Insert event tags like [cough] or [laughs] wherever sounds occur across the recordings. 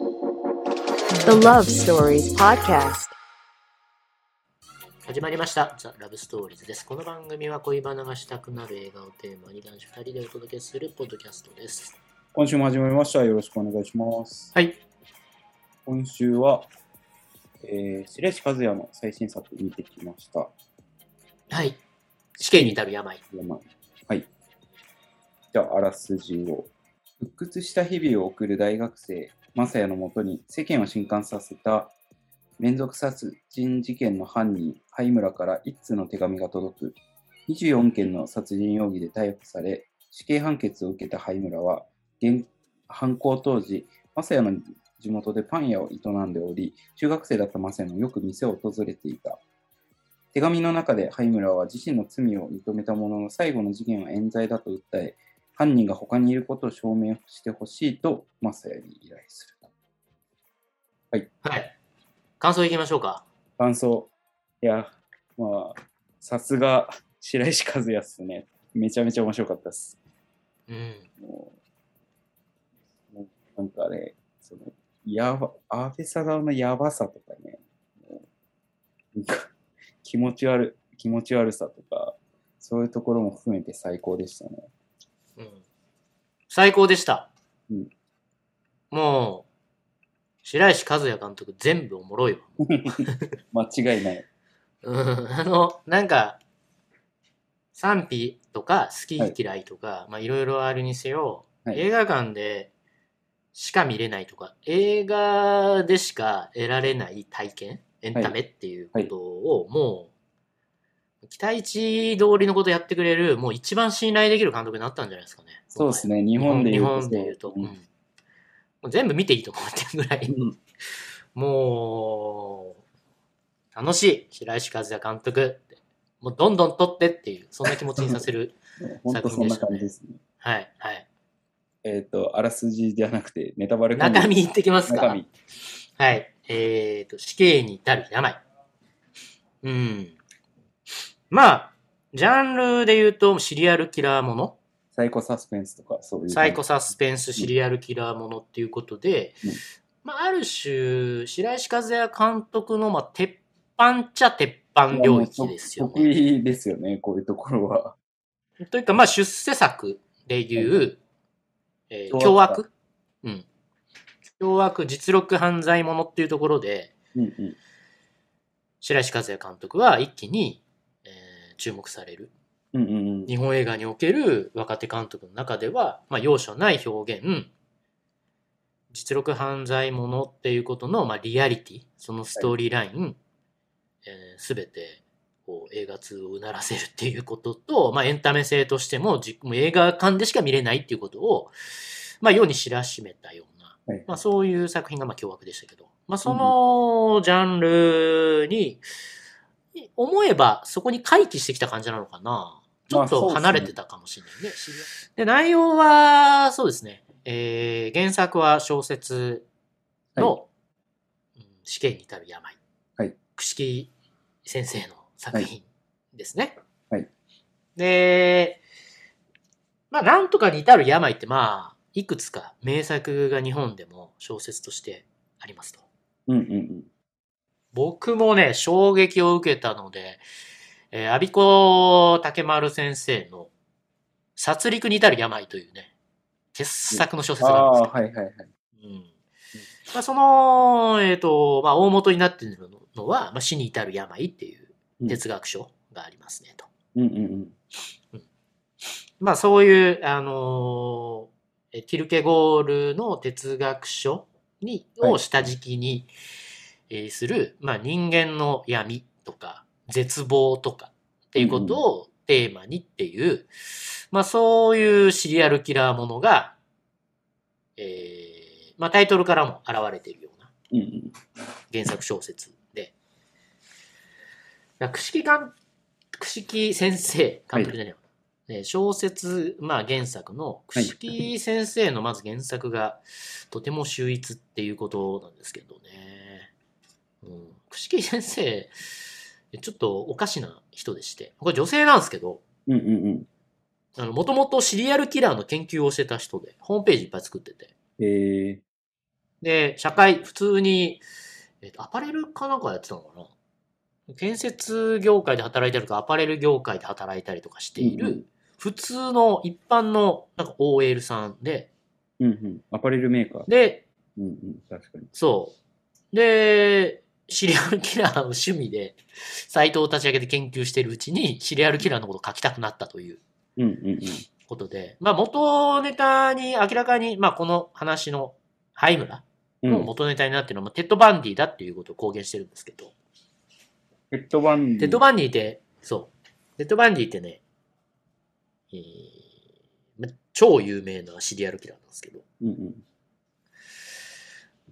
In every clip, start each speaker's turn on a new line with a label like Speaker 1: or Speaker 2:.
Speaker 1: The Love Stories Podcast.
Speaker 2: 始まりました。ザ・ラブストーリーズです。この番組は恋バナがしたくなる映画をテーマに男子2人でお届けするポッドキャストです。
Speaker 3: 今週も始まりました。よろしくお願いします。
Speaker 2: はい。
Speaker 3: 今週は、えー、白石和也の最新作見てきました。
Speaker 2: はい。死刑に至る病。
Speaker 3: 山はい。じゃあ、あらすじを。鬱屈した日々を送る大学生、マサヤのもとに世間を震撼させた連続殺人事件の犯人、灰村から一通の手紙が届く。24件の殺人容疑で逮捕され、死刑判決を受けた灰村は、現犯行当時、マサヤの地元でパン屋を営んでおり、中学生だったマサヤもよく店を訪れていた。手紙の中でハイムラは自身の罪を認めたものの最後の事件は冤罪だと訴え犯人が他にいることを証明してほしいとマサヤに依頼する
Speaker 2: はい。感想いきましょうか。
Speaker 3: 感想いやまあさすが白石和也っすねめちゃめちゃ面白かったっす
Speaker 2: うん。
Speaker 3: もうもうなんかねそのやば安倍サダヲのやばさとかねもうなんか気持ち悪い気持ち悪さとかそういうところも含めて最高でしたね
Speaker 2: うん、最高でした。
Speaker 3: うん
Speaker 2: もう、白石和也監督全部おもろいわ。
Speaker 3: 間違いない。
Speaker 2: うん、あの、なんか、賛否とか好き嫌いとか、まあいろいろあるにせよ、
Speaker 3: はい
Speaker 2: 映画館でしか見れないとか、映画でしか得られない体験、エンタメっていうことを、もう、期待値通りのことやってくれる、もう一番信頼できる監督になったんじゃないですかね。
Speaker 3: そうですね、
Speaker 2: 日
Speaker 3: 日本で言うと。
Speaker 2: 日本で言うと。
Speaker 3: う
Speaker 2: うんんもう全部見ていいと思ってるぐらい。もう、楽しい、白石和也監督って。もうどんどん撮ってっていう、そんな気持ちにさせ
Speaker 3: [laughs]
Speaker 2: る。
Speaker 3: 本当そんな感じですね。
Speaker 2: はい、はい。
Speaker 3: えっ、と、あらすじじゃなくて、ネタバレ込み
Speaker 2: 中身いってきます
Speaker 3: 中
Speaker 2: か
Speaker 3: 身。。
Speaker 2: はい。えっ、と、死刑に至る病。うん。まあ、ジャンルで言うと、シリアルキラーもの、
Speaker 3: サイコサスペンスとか、そういう。
Speaker 2: サイコサスペンス、シリアルキラーものっていうことで、
Speaker 3: うん
Speaker 2: まあ、ある種、白石和也監督の、まあ、鉄板っちゃ鉄板領域ですよね。
Speaker 3: 得意ですよね、こういうところは。
Speaker 2: というか、まあ、出世作でいう、えー
Speaker 3: 凶
Speaker 2: 凶
Speaker 3: 悪
Speaker 2: 悪うん。凶悪、実力犯罪者っていうところで、
Speaker 3: うんうん。
Speaker 2: 白石和也監督は一気に、えー注目される。
Speaker 3: うんうんうん。
Speaker 2: 日本映画における若手監督の中では、まあ、容赦ない表現、実力犯罪者っていうことの、まあ、リアリティ、そのストーリーライン、すべ、全てこう映画通をうならせるっていうことと、まあ、エンタメ性としてもじもう映画館でしか見れないっていうことを、まあ、世に知らしめたような、
Speaker 3: はい
Speaker 2: まあ、そういう作品がまあ凶悪でしたけど、まあ、そのジャンルに、思えばそこに回帰してきた感じなのかな。ちょっと
Speaker 3: まあそうですね
Speaker 2: 離れてたかもしれないね。で、内容は、そうですね。えー原作は小説の、うん死刑に至る病。
Speaker 3: はい
Speaker 2: 串木先生の作品ですね。
Speaker 3: はいはい
Speaker 2: で、まあ、なんとかに至る病って、まあ、いくつか名作が日本でも小説としてありますと。
Speaker 3: うんうんうん。
Speaker 2: 僕もね、衝撃を受けたので、えー、阿比子竹丸先生の、殺戮に至る病というね、傑作の小説
Speaker 3: あ
Speaker 2: があるんですけど
Speaker 3: あー、はいはいはい。
Speaker 2: うんまあ、その、えっ、と、まあ、大元になっているのは、まあ、死に至る病っていう哲学書がありますね、と。
Speaker 3: うんうんうん。
Speaker 2: まあ、そういう、あのーえティルケゴールの哲学書に、
Speaker 3: はい
Speaker 2: を下敷きに、えーする、まあ、人間の闇とか、絶望とかっていうことをテーマにっていう、まあ、そういうシリアルキラーものが、えーまあ、タイトルからも現れているような
Speaker 3: うんうん。
Speaker 2: 原作小説で。だから串木監串木先生、監督じゃないわえー小説、まあ原作の、
Speaker 3: はい
Speaker 2: 串木先生のまず原作が、とても秀逸っていうことなんですけどね。うん、串木先生、ちょっとおかしな人でして、これ女性なんですけど、
Speaker 3: うんうんうん。
Speaker 2: あの、もともとシリアルキラーの研究をしてた人で、ホームページいっぱい作ってて、
Speaker 3: えー、
Speaker 2: で、社会、普通に、えっと、アパレルかなんかやってたのかな建設業界で働いたりとか、アパレル業界で働いたりとかしてい
Speaker 3: うんうん
Speaker 2: る、普通の一般の、なんか OL さんで、
Speaker 3: うんうん。アパレルメーカー。
Speaker 2: で、
Speaker 3: うんうん。確かに。
Speaker 2: そう。で、シリアルキラーの趣味で、サイトを立ち上げて研究しているうちに、シリアルキラーのことを書きたくなったという
Speaker 3: うんうんうん。
Speaker 2: ことで、まあ元ネタに明らかに、まあこの話のハイムラ
Speaker 3: う
Speaker 2: の
Speaker 3: ん、
Speaker 2: 元ネタになっているのは、まあテッド・バンディだっていうことを公言してるんですけど、
Speaker 3: ヘッドバン
Speaker 2: テッド・
Speaker 3: バ
Speaker 2: バンディって、そう。テッド・バンディってね、えーまあ超有名なシリアルキラーなんですけど、
Speaker 3: ン。うんうん。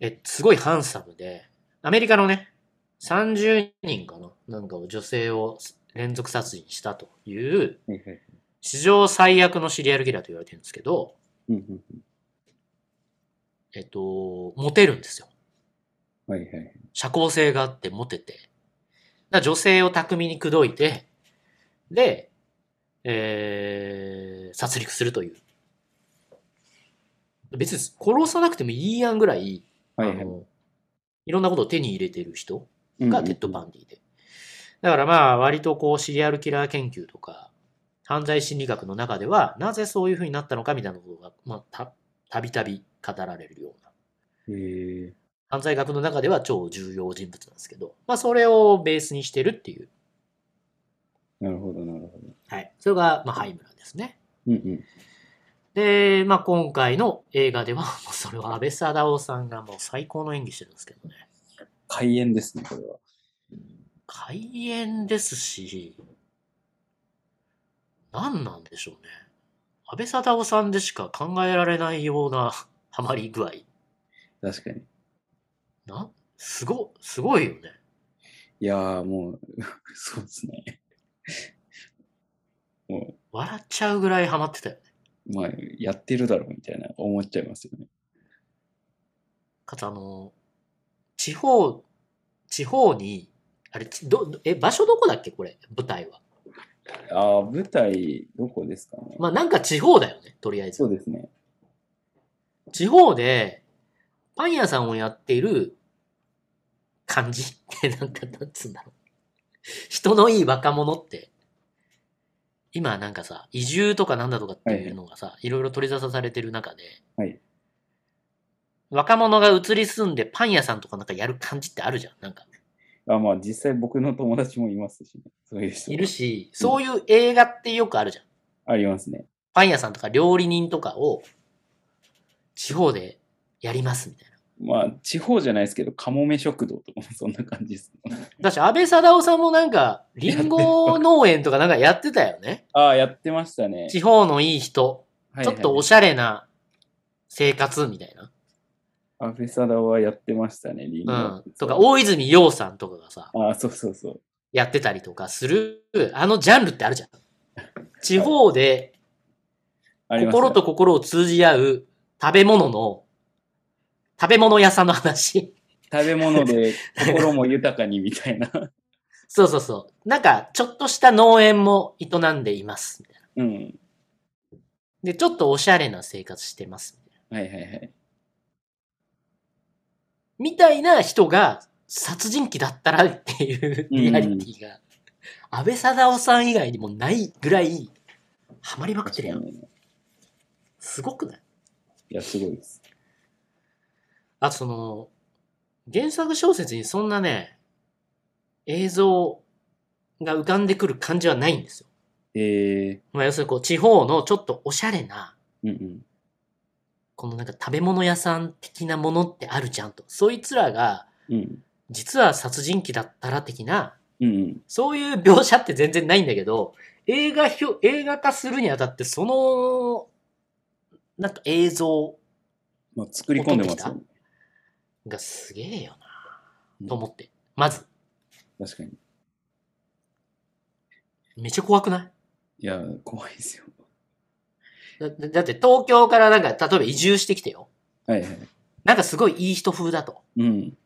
Speaker 2: え、すごいハンサムで、アメリカのね、30人かななんかを女性を連続殺人したという、
Speaker 3: はいはい。
Speaker 2: 史上最悪のシリアルキラーと言われてるんですけど、
Speaker 3: うんうんうん。
Speaker 2: えっと、モテるんですよ。
Speaker 3: はいはい。
Speaker 2: 社交性があってモテて。だから女性を巧みに口説いて、で、えー、殺戮するという。別に殺さなくてもいいやんぐらい、
Speaker 3: はい
Speaker 2: あ
Speaker 3: はい。
Speaker 2: のいろんなことを手に入れてる人がテッド・バ
Speaker 3: ン。
Speaker 2: ンディで。だからまあ割とこうシリアルキラー研究とか犯罪心理学の中ではなぜそういうふうになったのかみたいなことがまあたたびたび語られるような
Speaker 3: へえ。
Speaker 2: 犯罪学の中では超重要人物なんですけどまあそれをベースにしてるっていう、
Speaker 3: なるほどなるほど。
Speaker 2: はい、それがまあハイムラですね。
Speaker 3: うんうん。
Speaker 2: で、まあ、今回の映画では、も [laughs] うそれは安倍貞夫さんがもう最高の演技してるんですけどね。
Speaker 3: 開演ですね、これは。
Speaker 2: 開演ですし、何なんでしょうね。安倍貞夫さんでしか考えられないようなハマり具合。
Speaker 3: 確かに。
Speaker 2: な、すご、すごいよね。
Speaker 3: いやーもう、 [laughs] そうですね。も
Speaker 2: 笑っちゃうぐらいハマってたよね。
Speaker 3: う、まあ、やってるだろうみたいな思っちゃいますよね。
Speaker 2: かつあの、地方、地方に、あれ、ちど、どえ、場所どこだっけこれ、舞台は。
Speaker 3: ああ、舞台、どこですかね。
Speaker 2: まあ、なんか地方だよね、とりあえず
Speaker 3: そ。うですね。
Speaker 2: 地方で、パン屋さんをやっている感じ [laughs] って、なんか、なんつうんだろう。人のいい若者って、今なんかさ、移住とかなんだとかっていうのがさ、いろいろ取り沙汰されてる中で、
Speaker 3: はい
Speaker 2: 若者が移り住んでパン屋さんとかなんかやる感じってあるじゃん。なんか、
Speaker 3: あまあ、実際僕の友達もいますしね。そういう人。
Speaker 2: いる。し、そういう映画ってよくあるじゃん。
Speaker 3: ありますね。
Speaker 2: パン屋さんとか料理人とかを、地方でやりますみたいな。
Speaker 3: まあ、地方じゃないですけど、かもめ食堂とかも [laughs] そんな感じです、ね。
Speaker 2: だし、安倍貞夫さんもなんか、リンゴ農園とかなんかやってたよ
Speaker 3: [laughs]
Speaker 2: ね。
Speaker 3: ああ、やってましたね。
Speaker 2: 地方のいい人、
Speaker 3: はい
Speaker 2: ち
Speaker 3: は
Speaker 2: ょ
Speaker 3: い
Speaker 2: っとおしゃれな生活みたいな。
Speaker 3: アフェサダはやってましたね、リンゴ。
Speaker 2: うん。とか、大泉洋さんとかがさ、
Speaker 3: ああ、そうそうそう。
Speaker 2: やってたりとかする、あのジャンルってあるじゃん。地方で
Speaker 3: ありますね
Speaker 2: 心と心を通じ合う食べ物の、食べ物屋さんの話。
Speaker 3: 食べ物
Speaker 2: [laughs]
Speaker 3: で心も豊かにみたいな。
Speaker 2: そうそうそう。なんか、ちょっとした農園も営んでいます。みたいな
Speaker 3: うん。
Speaker 2: で、ちょっとおしゃれな生活してます。
Speaker 3: はいはいはい。
Speaker 2: みたいな人が殺人鬼だったらっていう
Speaker 3: うん
Speaker 2: リアリティが、安倍貞夫さん以外にもないぐらい、ハマりまくってるやん。
Speaker 3: い
Speaker 2: すごくない
Speaker 3: や、すごいです。
Speaker 2: あとその、原作小説にそんなね、映像が浮かんでくる感じはないんですよ。
Speaker 3: ええ
Speaker 2: まあ要するにこう、地方のちょっとおしゃれな、
Speaker 3: うんうん。
Speaker 2: このなんか食べ物屋さん的なものってあるじゃんと。そいつらが、
Speaker 3: うん。
Speaker 2: 実は殺人鬼だったら的な
Speaker 3: うんうん。
Speaker 2: そういう描写って全然ないんだけど、映画表、映画化するにあたって、その、なんか映像
Speaker 3: まあ、作り込んでますよね。
Speaker 2: がすげえよ
Speaker 3: う
Speaker 2: な、
Speaker 3: ん
Speaker 2: と思って。まず、
Speaker 3: 確かに。
Speaker 2: めっちゃ怖くない
Speaker 3: いや、怖いですよ。
Speaker 2: だだだって東京からなんか、例えば移住してきてよ。
Speaker 3: はいはい。
Speaker 2: なんかすごいいい人風だと。
Speaker 3: うん。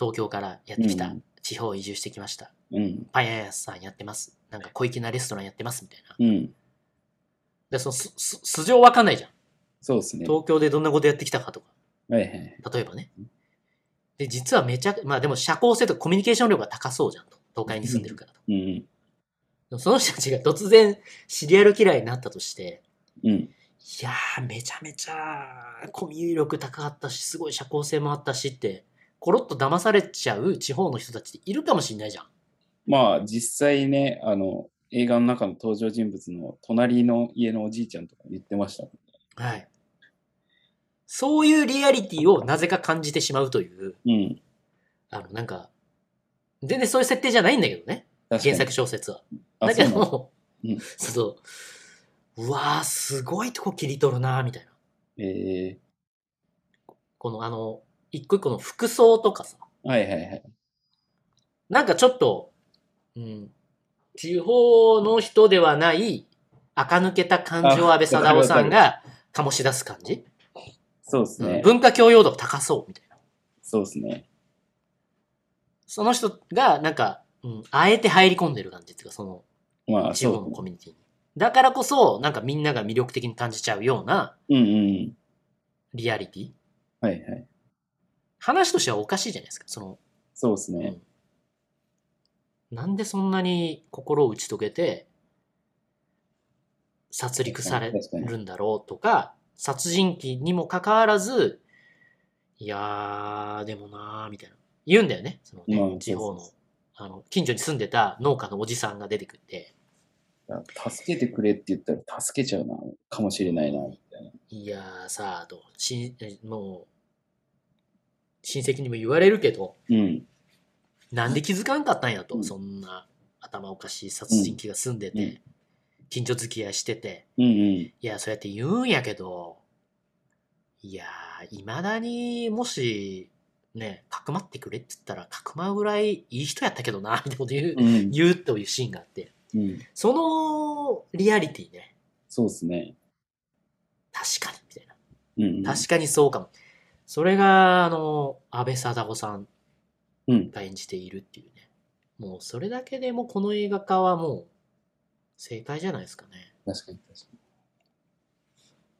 Speaker 2: 東京からやってきた。
Speaker 3: うん
Speaker 2: 地方移住してきました。
Speaker 3: うん。
Speaker 2: パン屋さんやってます。なんか小粋なレストランやってます、みたいな。
Speaker 3: うん。
Speaker 2: で、その、す、す素性わかんないじゃん。
Speaker 3: そうですね。
Speaker 2: 東京でどんなことやってきたかとか。
Speaker 3: はいはい。
Speaker 2: 例えばね。で、実はめちゃく、まあでも社交性とかコミュニケーション量が高そうじゃんと。都会に住んでる
Speaker 3: [laughs]
Speaker 2: からと。
Speaker 3: うん。
Speaker 2: でもその人たちが突然シリアル嫌いになったとして、
Speaker 3: うん。
Speaker 2: いやー、めちゃめちゃコミュ力高かったし、すごい社交性もあったしって、コロッと騙されちゃう地方の人たちっているかもしれないじゃん。
Speaker 3: まあ、実際ね、あの、映画の中の登場人物の隣の家のおじいちゃんとか言ってましたもん。
Speaker 2: はい。そういうリアリティをなぜか感じてしまうという、
Speaker 3: うん。
Speaker 2: あの、なんか、全然そういう設定じゃないんだけどね。
Speaker 3: 確か
Speaker 2: 原
Speaker 3: に。
Speaker 2: 作小説は。
Speaker 3: あ
Speaker 2: だけ
Speaker 3: そうなの
Speaker 2: [laughs] ど、
Speaker 3: うん
Speaker 2: その、うわー、すごいとこ切り取るなーみたいな。
Speaker 3: ええ
Speaker 2: この、あの、一個一個の服装とかさ、
Speaker 3: はいはいはい。
Speaker 2: なんかちょっと、うん、地方の人ではない、垢抜けた感情を安倍貞夫さんが醸し出す感じ、
Speaker 3: そうです
Speaker 2: うん
Speaker 3: ね。
Speaker 2: 文化教養度高そうみたいな。
Speaker 3: そうですね。
Speaker 2: その人が、なんか、うん、あえて入り込んでる感じっていうか、その、
Speaker 3: まあ、
Speaker 2: 地
Speaker 3: そ
Speaker 2: 方の
Speaker 3: う
Speaker 2: コミュニティに。だからこそ、なんかみんなが魅力的に感じちゃうような
Speaker 3: うんうん。
Speaker 2: リアリティ。
Speaker 3: はいはい。
Speaker 2: 話としてはおかしいじゃないですか。その、
Speaker 3: そうですね。
Speaker 2: なんでそんなに心を打ち解けて、殺戮され
Speaker 3: 確かに
Speaker 2: るんだろうとか、殺人鬼にもかかわらず、いやー、でもなー、みたいな。言うんだよね。そのね、
Speaker 3: うん
Speaker 2: 地方の
Speaker 3: そうそうそ、
Speaker 2: あの、近所に住んでた農家のおじさんが出てくって、
Speaker 3: だから助けてくれって言ったら助けちゃうな、かもしれないな、みたいな。
Speaker 2: いやーさあと、しえもう、親戚にも言われるけど、
Speaker 3: うん。
Speaker 2: なんで気づかんかったんやと、
Speaker 3: うん
Speaker 2: そんな頭おかしい殺人鬼が住んでて、
Speaker 3: うん
Speaker 2: 近所付き合いしてて、
Speaker 3: うんうん。
Speaker 2: いや、そうやって言うんやけど、いやー、未だにもし、ね、かくまってくれって言ったら、かくまうぐらいいい人やったけどな、みたいなこと言う、
Speaker 3: うん。
Speaker 2: 言うというシーンがあって、
Speaker 3: うん。
Speaker 2: そのリアリティね、
Speaker 3: そうですね。
Speaker 2: 確かに、みたいな。
Speaker 3: うん。
Speaker 2: 確かにそうかも。それが、あの、安倍貞子さん
Speaker 3: うん
Speaker 2: が演じているっていうね。もうそれだけでもこの映画化はもう正解じゃないですかね。
Speaker 3: 確かに確かに。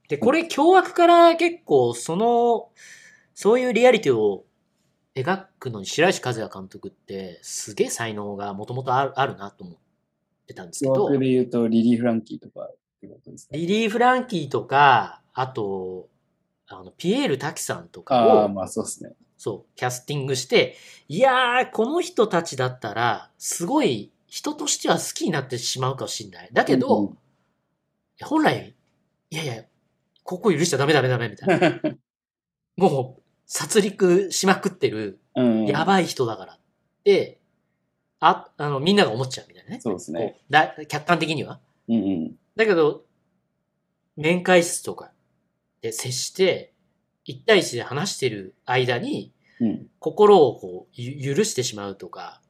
Speaker 2: で、これ凶悪から結構その、そういうリアリティを描くのに白石和也監督ってすげえ才能がもともとあるあるなと思ってたんですけど、
Speaker 3: 僕で言うと、リリー・フランキーとかってことですか
Speaker 2: リリー・フランキーとか、あと、あの、ピエール・タキさんとか
Speaker 3: あ
Speaker 2: を
Speaker 3: あ、、まあそうですね。
Speaker 2: そう、キャスティングして、いやー、この人たちだったら、すごい、人としては好きになってしまうかもしれない。だけど、
Speaker 3: うん
Speaker 2: 本来、いやいや、ここ許しちゃダメダメダメみたいな。もう、殺戮しまくってる、
Speaker 3: うん。
Speaker 2: やばい人だからって、あ、あの、みんなが思っちゃうみたいなね。
Speaker 3: そうですね。
Speaker 2: こうだ客観的には。
Speaker 3: うんうん。
Speaker 2: だけど、面会室とかで接して、一対一で話してる間に、
Speaker 3: うん。
Speaker 2: 心をこうゆ許してしまうとか、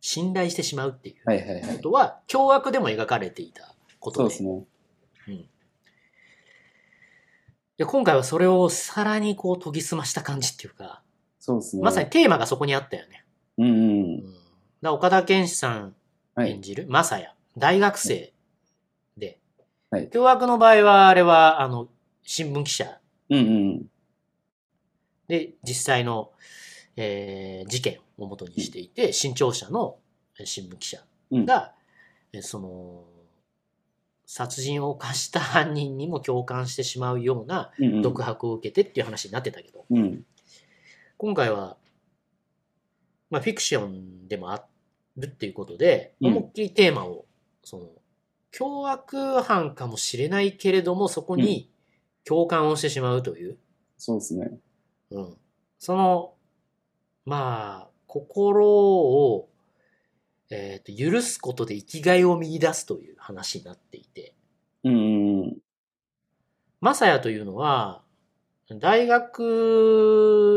Speaker 2: 信頼してしまうっていう
Speaker 3: はいはいは
Speaker 2: こ
Speaker 3: い。
Speaker 2: とは、凶悪でも描かれていたこ
Speaker 3: そ
Speaker 2: と
Speaker 3: うで
Speaker 2: で。
Speaker 3: すね。
Speaker 2: で今回はそれをさらにこう研ぎ澄ました感じっていうか、
Speaker 3: そうですね。
Speaker 2: まさに。テーマがそこにあったよね。
Speaker 3: うんう
Speaker 2: うん
Speaker 3: ん。
Speaker 2: だから岡田健史さん
Speaker 3: はい
Speaker 2: 演。じる、マサヤ、大学生で、
Speaker 3: はい
Speaker 2: 凶悪の場合は、あれは、あの、新聞記者
Speaker 3: うんうん。
Speaker 2: で、実際の、えー事件を元にしていて、新潮社のえー新聞記者が、えーその、殺人を犯した犯人にも共感してしまうような
Speaker 3: うんうん。
Speaker 2: 独白を受けてっていう話になってたけど、
Speaker 3: うん。
Speaker 2: 今回は、まあ、フィクションでもあるっていうことで、
Speaker 3: うん
Speaker 2: 思いっきりテーマを、その、凶悪犯かもしれないけれども、そこに共感をしてしまうという、
Speaker 3: そうですね。
Speaker 2: うん、そのまあ心を、えーと許すことで生きがいを見出すという話になっていて
Speaker 3: うんうんうん。
Speaker 2: マサヤというのは大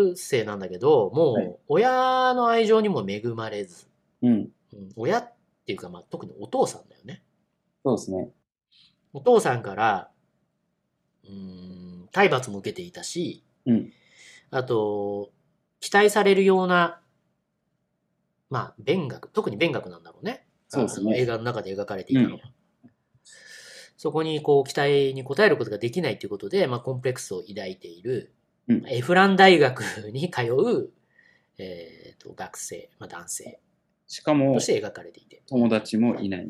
Speaker 2: 学生なんだけど
Speaker 3: はい
Speaker 2: もう親の愛情にも恵まれず、
Speaker 3: うん。
Speaker 2: うん、親っていうか、まあ、特にお父さんだよね
Speaker 3: そうですね。
Speaker 2: お父さんからうーん体罰も受けていたし
Speaker 3: うん。
Speaker 2: あと、期待されるような、まあ、勉学、特に勉学なんだろうね。
Speaker 3: そうです
Speaker 2: あの映
Speaker 3: ね。
Speaker 2: 画の中で描かれていたのは。そこに、こう、期待に応えることができないということで、まあ、コンプレックスを抱いている
Speaker 3: うん
Speaker 2: エフラン大学に通う、えーと学生、まあ、男性
Speaker 3: しかも
Speaker 2: として描かれていて、
Speaker 3: 友達もいない。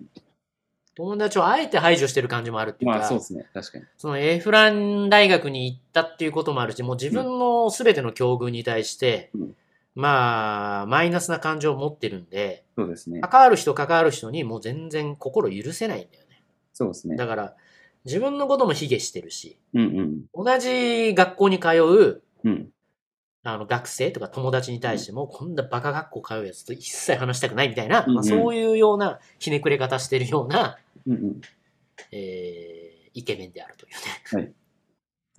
Speaker 2: 友達をあえて排除してる感じもあるっていうか、
Speaker 3: まあそうですね、確かに。
Speaker 2: そのエフラン大学に行ったっていうこともあるし、もう自分の全ての境遇に対して、
Speaker 3: うん
Speaker 2: まあ、マイナスな感情を持ってるんで、
Speaker 3: そうですね。
Speaker 2: 関わる人関わる人にもう全然心許せないんだよね。
Speaker 3: そうですね。
Speaker 2: だから、自分のことも卑下してるし、
Speaker 3: うんうん。
Speaker 2: 同じ学校に通う、
Speaker 3: うん。
Speaker 2: あの、学生とか友達に対しても、こんなバカ学校通うやつと一切話したくないみたいな、
Speaker 3: うんうん
Speaker 2: まあ、そういうような、ひねくれ方してるような、
Speaker 3: うんうん。
Speaker 2: えーイケメンであるというね。
Speaker 3: はい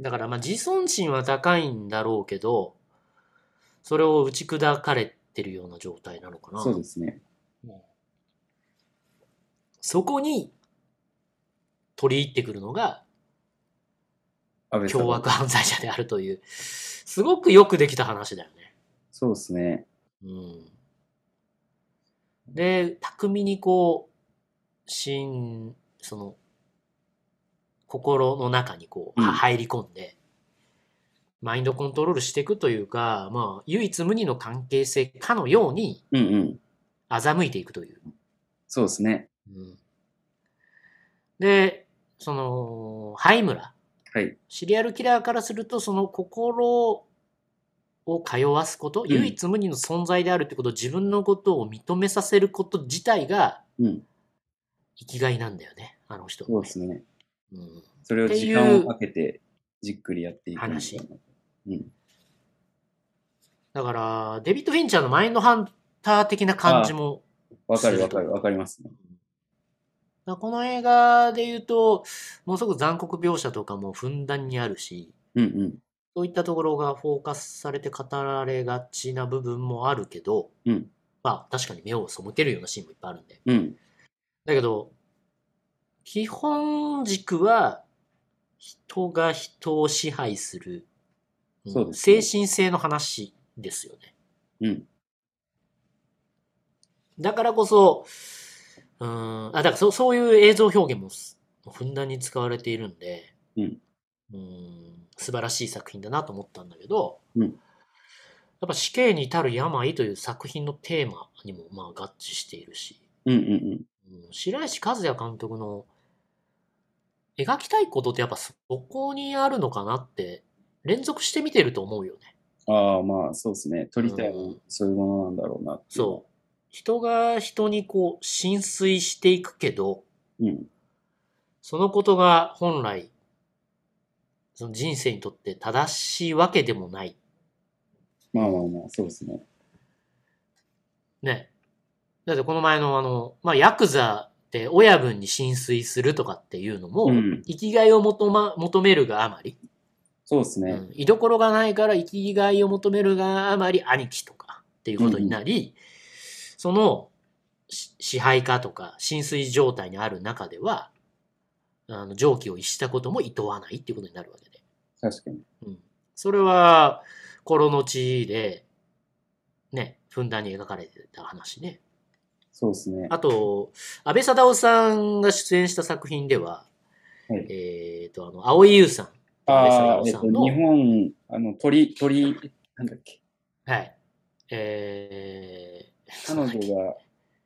Speaker 2: だから、まあ、自尊心は高いんだろうけど、それを打ち砕かれてるような状態なのかな。
Speaker 3: そうですね。
Speaker 2: そこに、取り入ってくるのが、
Speaker 3: 安倍さんは
Speaker 2: 凶悪犯罪者であるという、すごくよくできた話だよね。
Speaker 3: そうですね。
Speaker 2: うん。で、巧みにこう、心、その、心の中にこう、
Speaker 3: うん
Speaker 2: は入り込んで、マインドコントロールしていくというか、まあ、唯一無二の関係性かのように
Speaker 3: うんうん。
Speaker 2: 欺いていくという。
Speaker 3: そうですね。
Speaker 2: うん、で、その、ハイムラ。
Speaker 3: はい。
Speaker 2: シリアルキラーからすると、その心を通わすこと、
Speaker 3: ん
Speaker 2: 唯一無二の存在であるってこと、自分のことを認めさせること自体が
Speaker 3: うん。
Speaker 2: 生きがいなんだよね、あの人
Speaker 3: そ
Speaker 2: の
Speaker 3: う
Speaker 2: ね、
Speaker 3: ですね。
Speaker 2: うん。
Speaker 3: それを時間をかけてじっくりやっていくみた
Speaker 2: 話
Speaker 3: いな。うん。
Speaker 2: だから、デビッド・フィンチャーのマインドハンター的な感じも、
Speaker 3: わかるわかるわかります
Speaker 2: だ
Speaker 3: ね。
Speaker 2: からこの映画で言うと、ものすごく残酷描写とかもふんだんにあるし、
Speaker 3: うんうん。
Speaker 2: そういったところがフォーカスされて語られがちな部分もあるけど、
Speaker 3: うん
Speaker 2: まあ確かに目を背けるようなシーンもいっぱいあるんで。
Speaker 3: うん。
Speaker 2: だけど、基本軸は人が人を支配する、うん
Speaker 3: そうですね
Speaker 2: 精神性の話ですよね。
Speaker 3: うん。
Speaker 2: だからこそ、うーん、あ、だからそそういう映像表現もすふんだんに使われているんで、
Speaker 3: うん
Speaker 2: うーん素晴らしい作品だなと思ったんだけど、
Speaker 3: うん
Speaker 2: やっぱ死刑に至る病という作品のテーマにもまあ合致しているし、
Speaker 3: うんうんうん。
Speaker 2: うん白石和也監督の描きたいことってやっぱそこにあるのかなって連続して見てると思うよね。
Speaker 3: ああ、まあそうですね。撮りたいも
Speaker 2: う
Speaker 3: の
Speaker 2: ん、
Speaker 3: そういうものなんだろうなってい
Speaker 2: そう。人が人にこう浸水していくけど、
Speaker 3: う。うん。
Speaker 2: そのことが本来、その人生にとって正しいわけでもない。
Speaker 3: まあまあまあ、そうですね。
Speaker 2: ね。だってこの前のあの、まあ、ヤクザって親分に浸水するとかっていうのも、
Speaker 3: うん
Speaker 2: 生きがいを求,、ま、求めるがあまり、
Speaker 3: そうですね。
Speaker 2: うん、居所がないから生きがいを求めるがあまり兄貴とかっていうことになり、そのし支配下とか浸水状態にある中では、あの常軌を逸したことも厭わないっていうことになるわけで。
Speaker 3: 確かに。
Speaker 2: うんそれは、心の地で、ね、ふんだんに描かれてた話ね。
Speaker 3: そうですね。
Speaker 2: あと、安倍貞夫さんが出演した作品では、
Speaker 3: はい
Speaker 2: えっ、と、あの、蒼井優さん。
Speaker 3: ああ、え
Speaker 2: 安倍
Speaker 3: っ
Speaker 2: 貞夫
Speaker 3: と、
Speaker 2: さんの
Speaker 3: 日本、あの、鳥、鳥、なんだっけ。
Speaker 2: はい。えー、
Speaker 3: 彼女が、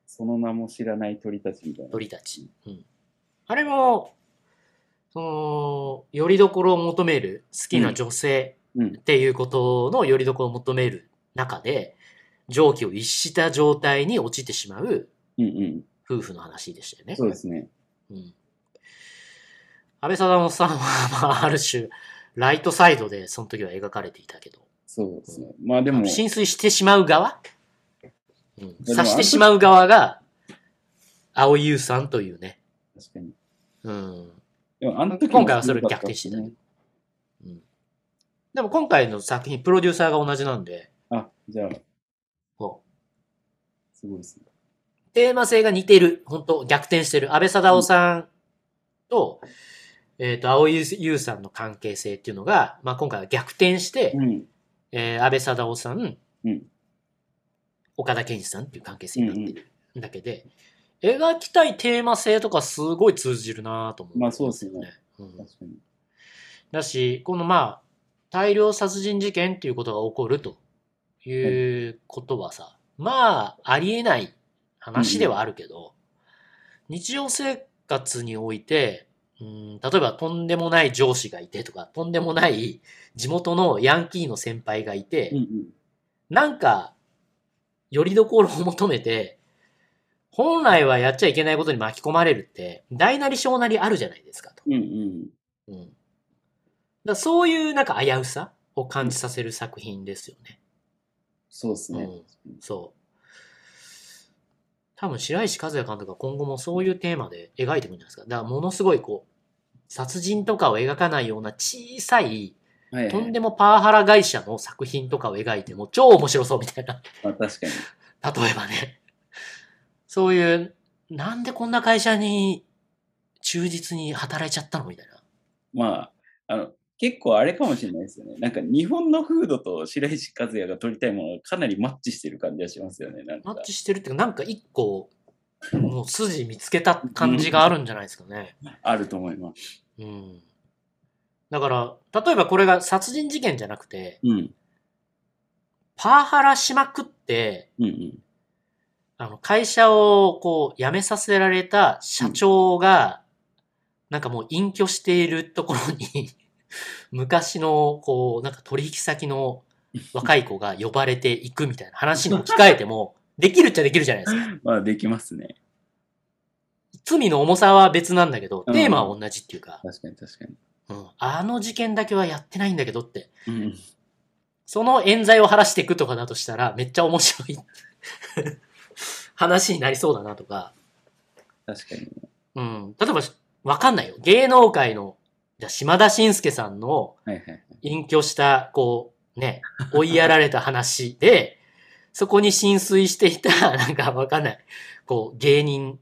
Speaker 3: その名も知らない鳥たちみたいな。
Speaker 2: 鳥たち。うん。あれも、その、よりどころを求める、好きな女性
Speaker 3: うん
Speaker 2: っ。ていうことのよりどころを求める中で、常軌を逸した状態に陥ってしまう
Speaker 3: うんうん。
Speaker 2: 夫婦の話でしたよね。
Speaker 3: そうですね。
Speaker 2: うん安倍貞夫さんは、まあ、ある種、ライトサイドで、その時は描かれていたけど、
Speaker 3: そうですね。まあでも、
Speaker 2: 浸水してしまう側、うん、
Speaker 3: でも
Speaker 2: 察してしまう側が、青井優さんというね、
Speaker 3: 確かに。
Speaker 2: うん、
Speaker 3: でもあの時も
Speaker 2: 今回はそれ逆転してた
Speaker 3: 良
Speaker 2: ね
Speaker 3: かっ
Speaker 2: うん。でも今回の作品、プロデューサーが同じなんで、
Speaker 3: たね。あ、じゃあ、
Speaker 2: こう
Speaker 3: すごいですね。
Speaker 2: テーマ性が似ている、本当逆転してる、安倍貞夫さんと、えっ、と、青井優さんの関係性っていうのが、まあ今回は逆転して、
Speaker 3: うん。
Speaker 2: えー安倍貞夫さん、
Speaker 3: うん
Speaker 2: 岡田健二さんっていう関係性になってるだけで、描きたいテーマ性とかすごい通じるなと思う、
Speaker 3: まあそうですよね。
Speaker 2: うん
Speaker 3: 確かに。
Speaker 2: だし、このまあ、大量殺人事件っていうことが起こるということはさ、まあ、ありえない話ではあるけど、日常生活において、うん、例えばとんでもない上司がいてとか、とんでもない地元のヤンキーの先輩がいて、
Speaker 3: うんうん
Speaker 2: なんか、よりどころを求めて、本来はやっちゃいけないことに巻き込まれるって、大なり小なりあるじゃないですかと。
Speaker 3: うんうん
Speaker 2: うん。だからそういうなんか危うさを感じさせる作品ですよね。
Speaker 3: そうですね。
Speaker 2: そう。多分白石和也監督は今後もそういうテーマで描いてくるんじゃないですか。だからものすごいこう、殺人とかを描かないような小さい、
Speaker 3: はいはい、
Speaker 2: とんでもパワハラ会社の作品とかを描いても超面白そうみたいな。
Speaker 3: まあ、確かに。
Speaker 2: 例えばね、そういう、なんでこんな会社に忠実に働いちゃったのみたいな。
Speaker 3: まあ、あの、結構あれかもしれないですよね。なんか日本の風土と白石和也が撮りたいものがかなりマッチしてる感じがしますよね。なん
Speaker 2: マ
Speaker 3: か
Speaker 2: ッチしてるっていうか、なんか一個、もう筋見つけた感じがあるんじゃないですかね。
Speaker 3: あると思います。
Speaker 2: うん。だから、例えばこれが殺人事件じゃなくて、
Speaker 3: うん。
Speaker 2: パワハラしまくって、
Speaker 3: うんうん。
Speaker 2: あの、会社をこう、辞めさせられた社長が、なんかもう隠居しているところに、 [laughs] 昔の、こう、なんか取引先の若い子が呼ばれていくみたいな話に置き換えても、 [laughs] できるっちゃできるじゃないですか。
Speaker 3: まあ、できますね。
Speaker 2: 罪の重さは別なんだけど、テーマは同じっていうか、
Speaker 3: 確かに確かに。
Speaker 2: うん、あの事件だけはやってないんだけどって、
Speaker 3: うん、
Speaker 2: その冤罪を晴らしていくとかだとしたら、めっちゃ面白い [laughs] 話になりそうだなとか、
Speaker 3: 確かに。
Speaker 2: うん。例えばし、わかんないよ。芸能界の、じゃあ島田紳介さんの
Speaker 3: はいはいはい。
Speaker 2: 隠居した、こう、
Speaker 3: [laughs]
Speaker 2: ね、追いやられた話で、そこに浸水していた、 [laughs] なんかわかんない、こう、芸人、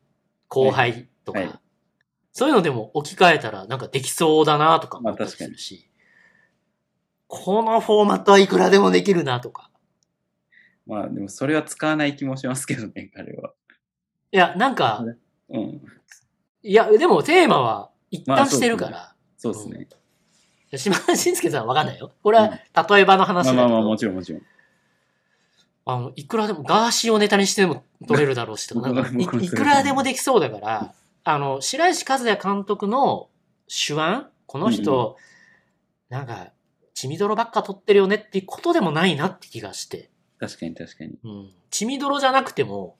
Speaker 2: 後輩とか、
Speaker 3: はいはい
Speaker 2: そういうのでも置き換えたら、なんかできそうだなとか思
Speaker 3: まあ
Speaker 2: ったり
Speaker 3: 確か
Speaker 2: す
Speaker 3: に
Speaker 2: るし、このフォーマットはいくらでもできるなとか。
Speaker 3: まあ、でもそれは使わない気もしますけどね、 [laughs] 彼は。
Speaker 2: いや、なんか、
Speaker 3: うん。
Speaker 2: いや、でもテーマは一貫してるから、
Speaker 3: まそうですね。
Speaker 2: 島田紳介さんはわかんないよ。これは例えばの話
Speaker 3: ま
Speaker 2: だけ
Speaker 3: あま
Speaker 2: ど、
Speaker 3: あまあ、もちろんもちろん。
Speaker 2: あの、いくらでも、ガーシーをネタにしても取れるだろうしとか、なんかい
Speaker 3: 僕も
Speaker 2: いくらでもできそうだから、あの、白石和也監督の手腕、この人、なんか、血みどろばっか取ってるよねっていうことでもないなって気がして、
Speaker 3: 確かに確かに。
Speaker 2: うん。血みどろじゃなくても、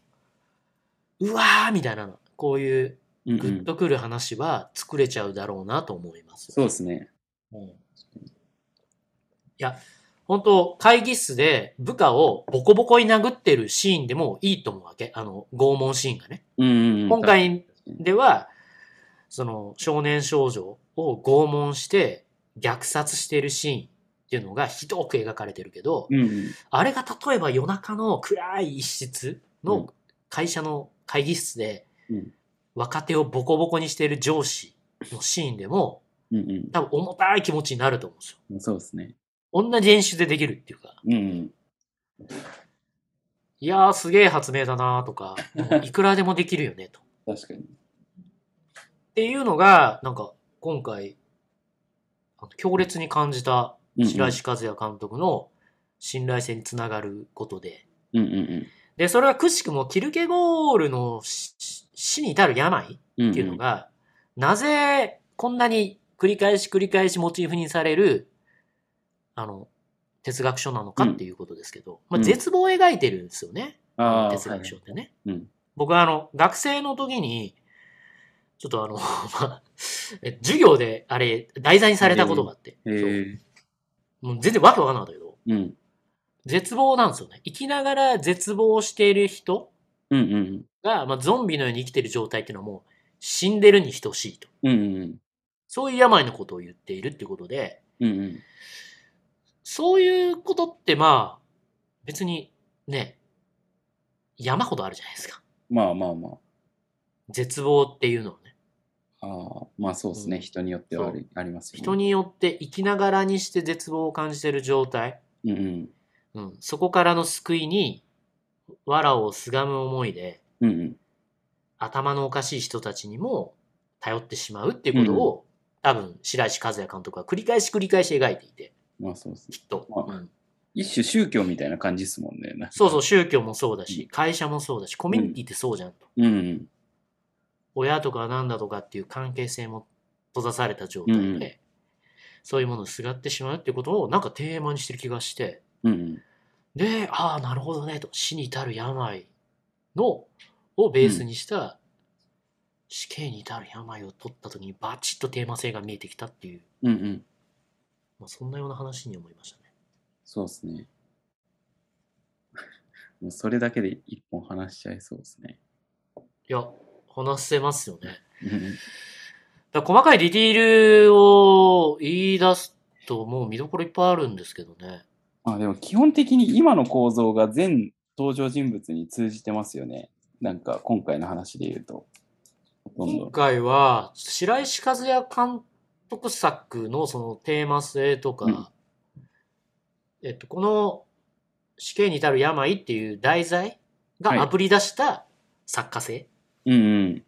Speaker 2: うわーみたいなの、こういう
Speaker 3: うん
Speaker 2: グ
Speaker 3: う
Speaker 2: ッ
Speaker 3: ん、
Speaker 2: とくる話は作れちゃうだろうなと思います。
Speaker 3: そうですね。
Speaker 2: いや、本当会議室で部下をボコボコに殴ってるシーンでもいいと思うわけ。あの、拷問シーンがね。
Speaker 3: うんうんうん、
Speaker 2: 今回
Speaker 3: に
Speaker 2: では、その、少年少女を拷問して虐殺してるシーンっていうのがひどく描かれてるけど、
Speaker 3: うんうん、
Speaker 2: あれが例えば夜中の暗い一室の会社の会議室で
Speaker 3: うん、
Speaker 2: 若手をボコボコにしてる上司のシーンでも、
Speaker 3: うん
Speaker 2: 多分重たい気持ちになると思うんですよ。
Speaker 3: うん。そうですね。
Speaker 2: 同じ演習でできるっていうか、
Speaker 3: うんうん。
Speaker 2: いやーすげえ発明だなーと
Speaker 3: [laughs]
Speaker 2: か、いくらでもできるよねと。っ
Speaker 3: 確かに。
Speaker 2: ていうのが、なんか今回、あの強烈に感じた白石和也監督の信頼性につながることで。
Speaker 3: うんうんうん
Speaker 2: で、それはくしくもキルケゴールのしし死に至る病っ
Speaker 3: うん。
Speaker 2: ていうのが、なぜこんなに繰り返し繰り返しモチーフにされる、あの、哲学書なのかっていうことですけど、まあ、
Speaker 3: うん
Speaker 2: 絶望を描いてるんですよね。
Speaker 3: ああ
Speaker 2: 哲学書ってね。
Speaker 3: はいうん
Speaker 2: 僕はあの、学生の時に、ちょっとあの、 [laughs] まあ、え授業であれ、題材にされたことがあって、
Speaker 3: はいへえ。
Speaker 2: そうもう全然わけわかんなかったけど、
Speaker 3: うん。
Speaker 2: 絶望なんですよね。生きながら絶望している人
Speaker 3: うんうん
Speaker 2: が、まあ、ゾンビのように生きてる状態っていうのはもう死んでるに等しいと。
Speaker 3: うん。うんうん
Speaker 2: そういう病のことを言っているっていうことで、
Speaker 3: うん。うんうん。
Speaker 2: そういうことってまあ、別にね、山ほどあるじゃないですか。
Speaker 3: まあまあま
Speaker 2: 絶望っていうのはね。
Speaker 3: あ。ああまあそうです
Speaker 2: う
Speaker 3: ね。
Speaker 2: ん
Speaker 3: 人によってはありありますよね。
Speaker 2: 人によって生きながらにして絶望を感じてる状態、
Speaker 3: うん
Speaker 2: うん、そこからの救いに藁をすがむ思いで
Speaker 3: うん。うんうん。
Speaker 2: 頭のおかしい人たちにも頼ってしまうっていうことを、多分白石和也監督は繰り返し繰り返し描いていて
Speaker 3: まあそうですね
Speaker 2: きっと、
Speaker 3: まあ
Speaker 2: うん
Speaker 3: 一種宗教みたいな感じですもんね。なんか
Speaker 2: そうそう、宗教もそうだ
Speaker 3: うん
Speaker 2: し、会社もそうだし、コミュニティってそうじゃんと。
Speaker 3: うんうん。
Speaker 2: 親とかなんだとかっていう関係性も閉ざされた状態
Speaker 3: うんうん
Speaker 2: で、そういうものにすがってしまうっていうことをなんかテーマにしてる気がして、
Speaker 3: うんうん。
Speaker 2: で、ああ、なるほどね、と。死に至る病の、をベースにした、死刑に至る病を取った時にバチッとテーマ性が見えてきたっていう、
Speaker 3: うんうん。
Speaker 2: まあ、そんなような話に思いましたね。
Speaker 3: そうですね。 [laughs] もうそれだけで一本話しちゃいそうですね。
Speaker 2: いや、話せますよね。
Speaker 3: うんうん
Speaker 2: だから細かいディティールを言い出すともう見どころいっぱいあるんですけどね。
Speaker 3: まあでも基本的に今の構造が全登場人物に通じてますよね。なんか今回の話で言うと。ほとん
Speaker 2: 今
Speaker 3: ど。
Speaker 2: 回は白石和也監督作のそのテーマ性とか、
Speaker 3: うん
Speaker 2: えっと、この死刑に至る病っていう題材
Speaker 3: はい
Speaker 2: があぶり出した作家性。
Speaker 3: うんうん。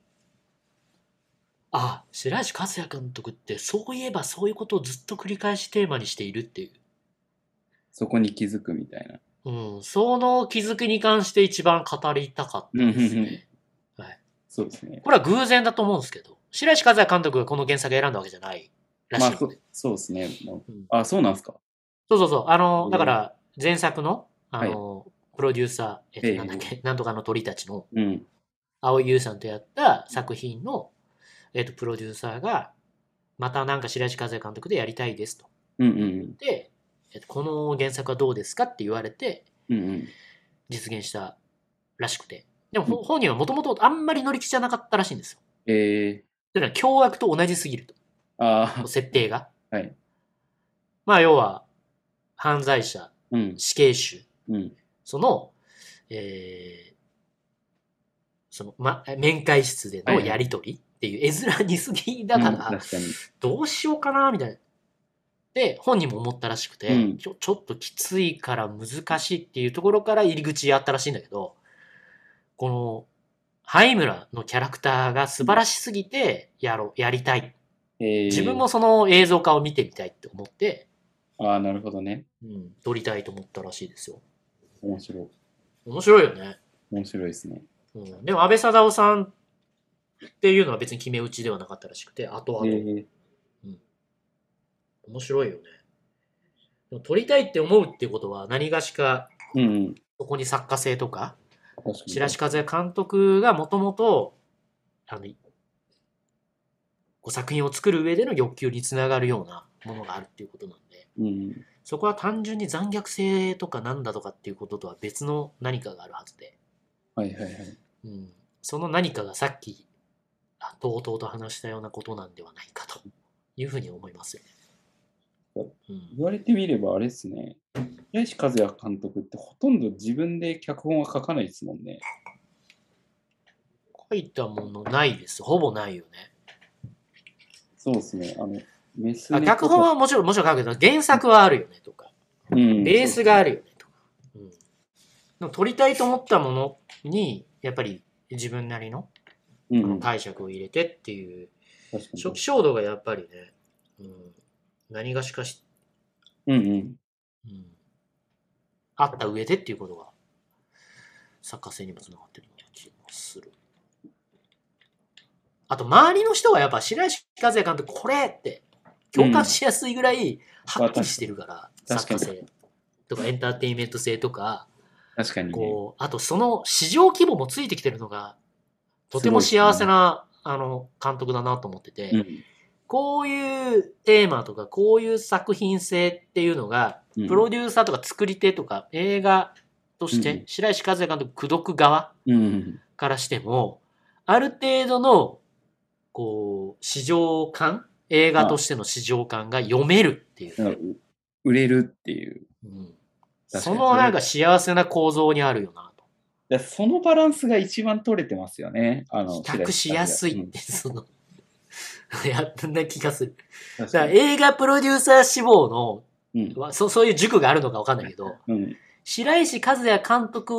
Speaker 2: ああ、白石和也監督ってそういえばそういうことをずっと繰り返しテーマにしているっていう。
Speaker 3: そこに気づくみたいな。
Speaker 2: うん、その気づきに関して一番語りたかったです
Speaker 3: うんうんうん
Speaker 2: ね。
Speaker 3: そうですね。
Speaker 2: これは偶然だと思うんですけど、白石和也監督がこの原作を選んだわけじゃないらし
Speaker 3: ま
Speaker 2: い
Speaker 3: あ
Speaker 2: ので。
Speaker 3: そそうですね。もう
Speaker 2: うん
Speaker 3: あ、そうなんですか。
Speaker 2: そうそうそう。あの
Speaker 3: う、ん
Speaker 2: だから、前作の、あの、プロデューサー、えっと、なんだっけ、なんとかの鳥たちの、
Speaker 3: うん。
Speaker 2: 青井優さんとやった作品の、えっと、プロデューサーが、またなんか白石和也監督でやりたいですと。
Speaker 3: うんうん
Speaker 2: で、えっと、この原作はどうですかって言われて、
Speaker 3: うん。うんうん。
Speaker 2: 実現したらしくて。でも、ほ本人はもともとあんまり乗り気じゃなかったらしいんですよ。
Speaker 3: え
Speaker 2: というのは、凶悪と同じすぎると。
Speaker 3: ー、あ
Speaker 2: 設定が。
Speaker 3: あ、はい。
Speaker 2: まあ、要は、犯罪者、
Speaker 3: うん。
Speaker 2: 死刑囚、
Speaker 3: うん。
Speaker 2: その、えーその、ま、面会室での
Speaker 3: はいはい
Speaker 2: やりとりっていう絵面にすぎだか
Speaker 3: うん
Speaker 2: ら、
Speaker 3: 確かに。
Speaker 2: どうしようかな、みたいな。で、本人も思ったらしくて、
Speaker 3: うん
Speaker 2: ちょ、ちょっときついから難しいっていうところから入り口あったらしいんだけど、この、灰村のキャラクターが素晴らしすぎて、やろう、やりたい。
Speaker 3: えー、
Speaker 2: 自分も。その映像化を見てみたいって思って、
Speaker 3: ああ、なるほどね。
Speaker 2: うん、撮りたいと思ったらしいですよ。
Speaker 3: 面白い。
Speaker 2: 面白いよね。
Speaker 3: 面白いですね。
Speaker 2: うん、でも安倍貞夫さんっていうのは別に決め打ちではなかったらしくて、後
Speaker 3: え
Speaker 2: 々、
Speaker 3: ー、
Speaker 2: 面白いよね。でも撮りたいって思うってことは何がしか、
Speaker 3: うんうん。
Speaker 2: そこに作家性とか、
Speaker 3: 確かに。
Speaker 2: 白石和也監督がもともと、あの、こう作品を作る上での欲求につながるようなものがあるっていうことなんで、
Speaker 3: うんうん。
Speaker 2: そこは単純に残虐性とかなんだとかっていうこととは別の何かがあるはずで、
Speaker 3: はいはいはい。
Speaker 2: うん、その何かがさっきあとうとうと話したようなことなんではないかというふうに思いますよね。うん、
Speaker 3: 言われてみればあれですね。白石和也監督ってほとんど自分で脚本は書かないですもんね。
Speaker 2: 書いたものないです。ほぼないよね。
Speaker 3: そうですね。あの、メス
Speaker 2: あ
Speaker 3: 猫と
Speaker 2: 脚本はもちろん、もちろん書くけど、原作はあるよねとか、
Speaker 3: うん、
Speaker 2: ベースがあ
Speaker 3: る。
Speaker 2: るよねとか。うん、でも撮りたいと思ったものに、やっぱり自分なりの
Speaker 3: うん
Speaker 2: あ
Speaker 3: う
Speaker 2: の
Speaker 3: ん、確
Speaker 2: 解釈を入れてっていう、
Speaker 3: かに。
Speaker 2: 初期衝動がやっぱりね、うん、何がしかし、
Speaker 3: うんうん。
Speaker 2: うん、あった上でっていうことが作家性にもつながってるような気もする。あと周りの人はやっぱ白石和也監督これって共感しやすいぐらいはっきりしてるから、
Speaker 3: うん
Speaker 2: 作家性とかエンターテインメント性とか
Speaker 3: 確かに、ね。
Speaker 2: こうあとその市場規模もついてきてるのがとても幸せな、あの監督だなと思ってて、
Speaker 3: うん
Speaker 2: こういうテーマとか、こういう作品性っていうのが、
Speaker 3: うん
Speaker 2: プロデューサーとか作り手とか映画とし
Speaker 3: うん
Speaker 2: て、白石和也監督、口読側
Speaker 3: うんうん。
Speaker 2: からしても、ある程度の、こう、市場感、映画としての市場感が読めるっていう。
Speaker 3: なんかう売れるっていう。
Speaker 2: うん
Speaker 3: 確か
Speaker 2: そ
Speaker 3: に
Speaker 2: のなんか幸せな構造にあるよなと。
Speaker 3: だからそのバランスが一番取れてますよね。あ
Speaker 2: 比
Speaker 3: の
Speaker 2: 較しやすい
Speaker 3: 白
Speaker 2: っ
Speaker 3: 石
Speaker 2: て、その、 [laughs] やったんな気がする。
Speaker 3: 和
Speaker 2: だから
Speaker 3: 也うん
Speaker 2: 映
Speaker 3: 確か
Speaker 2: 画プロデューサー志望の
Speaker 3: に
Speaker 2: わそ、そういう塾があるのかわかんないけど、
Speaker 3: うんうん
Speaker 2: 白石和也監督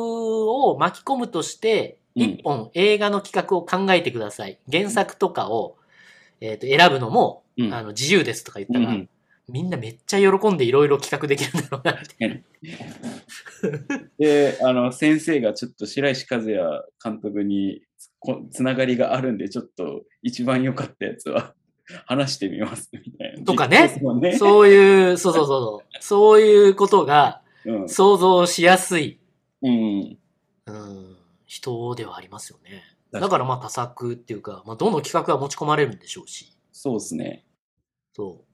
Speaker 2: を巻き込むとして、
Speaker 3: うん
Speaker 2: 一本映画の企画を考えてください。原作とかを、えーと選ぶのも、
Speaker 3: うん
Speaker 2: あの自由ですとか言った
Speaker 3: うんう
Speaker 2: ら、
Speaker 3: ん
Speaker 2: みんなめっちゃ喜んでいろいろ企画できるんだろうな
Speaker 3: [laughs]
Speaker 2: って。
Speaker 3: で、あの、先生がちょっと白石和也監督にこつながりがあるんで、ちょっと一番良かったやつは [laughs] 話してみますみたいな。
Speaker 2: とか
Speaker 3: [laughs]
Speaker 2: ね
Speaker 3: そうね
Speaker 2: そういう、そうそうそうそう。そういうことが
Speaker 3: うん。
Speaker 2: 想像しやすい、
Speaker 3: うん。
Speaker 2: うん、人ではありますよね。
Speaker 3: 確かに
Speaker 2: だからまあ多作っていうか、まあどの企画が持ち込まれるんでしょうし、
Speaker 3: そうですね。
Speaker 2: そう。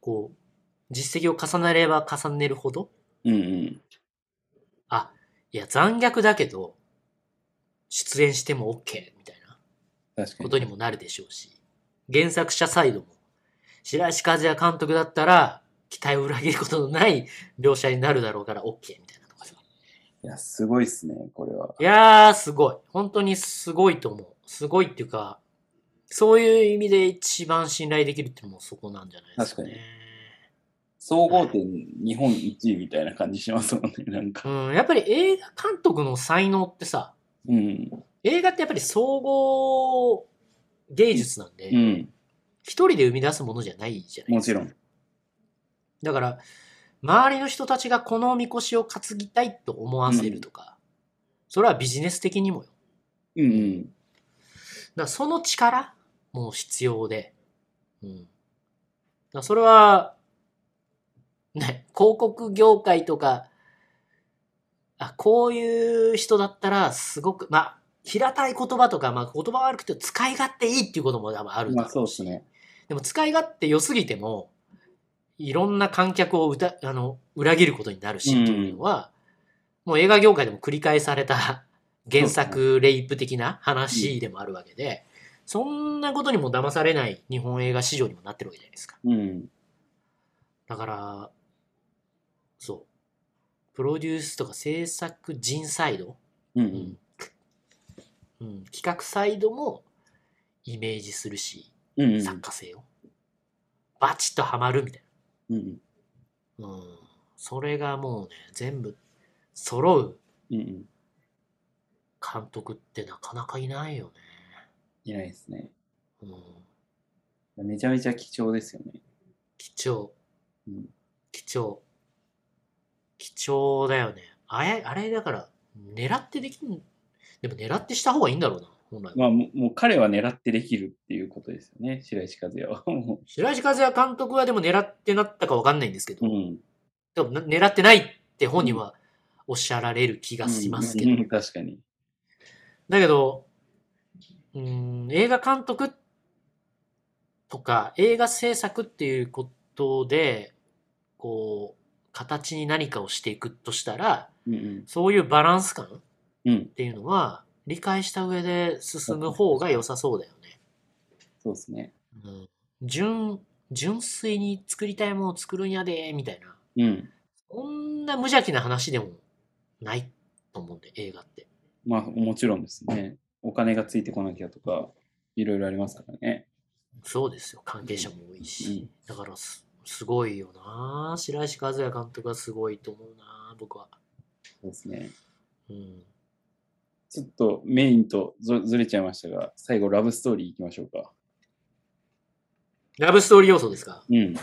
Speaker 2: こう、実績を重ねれば重ねるほど、
Speaker 3: うんうん。
Speaker 2: あ、いや残虐だけど、出演しても OK みたいな。
Speaker 3: 確か
Speaker 2: こ
Speaker 3: に。
Speaker 2: とにもなるでしょうし、原作者サイドも、白石和也監督だったら、期待を裏切ることのない [laughs] 描写になるだろうから、OK みたいなとこさ。
Speaker 3: いや、すごいっすね、これは。
Speaker 2: いやー、すごい。本当にすごいと思う。すごいっていうか、そういう意味で一番信頼できるっていうのもそこなんじゃないですかね。
Speaker 3: 総合点日本一位みたいな感じしますもんね、なんか。
Speaker 2: うん、やっぱり映画監督の才能ってさ、
Speaker 3: うん。
Speaker 2: 映画ってやっぱり総合芸術なんで、
Speaker 3: うん。
Speaker 2: 一人で生み出すものじゃないじゃない
Speaker 3: も
Speaker 2: です
Speaker 3: ち
Speaker 2: か
Speaker 3: ろ。ん。
Speaker 2: だから、周りの人たちがこのみこしを担ぎたいと思わせるとか、それはビジネス的にもよ。
Speaker 3: うんうん。
Speaker 2: だからその力も必要で、うん。だからそれは、ね、広告業界とか、あ、こういう人だったらすごく、まあ、平たい言葉とか、まあ言葉悪くて使い勝手いいっていうことも多分あるだろ
Speaker 3: まあ
Speaker 2: し
Speaker 3: そうですね。
Speaker 2: でも使い勝手良すぎても、いろんな観客をうたあの裏切ることになるし
Speaker 3: うん
Speaker 2: っていうのは、もう映画業界でも繰り返され
Speaker 3: [laughs]
Speaker 2: た原作レイプ的な話でもあるわけで、そんなことにも騙されない日本映画市場にもなってるわけじゃないですか。
Speaker 3: うん。
Speaker 2: だから、そう。プロデュースとか制作人サイド、
Speaker 3: うんう
Speaker 2: うんんうん、企画サイドもイメージするし、
Speaker 3: うんうん
Speaker 2: 作家性を。バチッとハマるみたいな。
Speaker 3: うん
Speaker 2: うん、それがもうね全部揃う
Speaker 3: うんうん
Speaker 2: 監督ってなかなかいないよ
Speaker 3: いないですね。
Speaker 2: ね、うん、
Speaker 3: めちゃめちゃ貴重ですよね。
Speaker 2: 貴重
Speaker 3: うん
Speaker 2: 貴重貴重だよねあれあれだから狙ってできんでも狙ってした方がいいんだろうな本来は、
Speaker 3: まあもうもう彼は狙ってできるっていうことですよね、白石和也は。も
Speaker 2: 白石和也監督はでも狙ってなったかわかんないんですけ
Speaker 3: う
Speaker 2: ど、
Speaker 3: うん。
Speaker 2: でもな狙ってないって本人はおっしゃられる気がしますけど、
Speaker 3: うんうん確かに。
Speaker 2: だけど、うーん、映画監督とか映画制作っていうことで、こう、形に何かをしていくとしたら、
Speaker 3: うんうん
Speaker 2: そういうバランス感っ
Speaker 3: うん。
Speaker 2: ていうのは理解した上で進む方が良さそうだよね。
Speaker 3: そうですね。
Speaker 2: うん、純、純粋に作りたいものを作るんやで、みたいな。
Speaker 3: うん。
Speaker 2: こんな無邪気な話でもないと思うんで、映画って。
Speaker 3: まあもちろんですね。お金がついてこなきゃとか、いろいろありますからね。
Speaker 2: そうですよ。関係者も多いし。
Speaker 3: う
Speaker 2: だ
Speaker 3: ん
Speaker 2: からす、すごいよな。白石和也監督はすごいと思うな、僕は。
Speaker 3: そうですね。
Speaker 2: うん。
Speaker 3: ちょっとメインとずずれちゃいましたが、最後ラブストーリーいきましょうか。
Speaker 2: ラブストーリー要素ですか
Speaker 3: うん。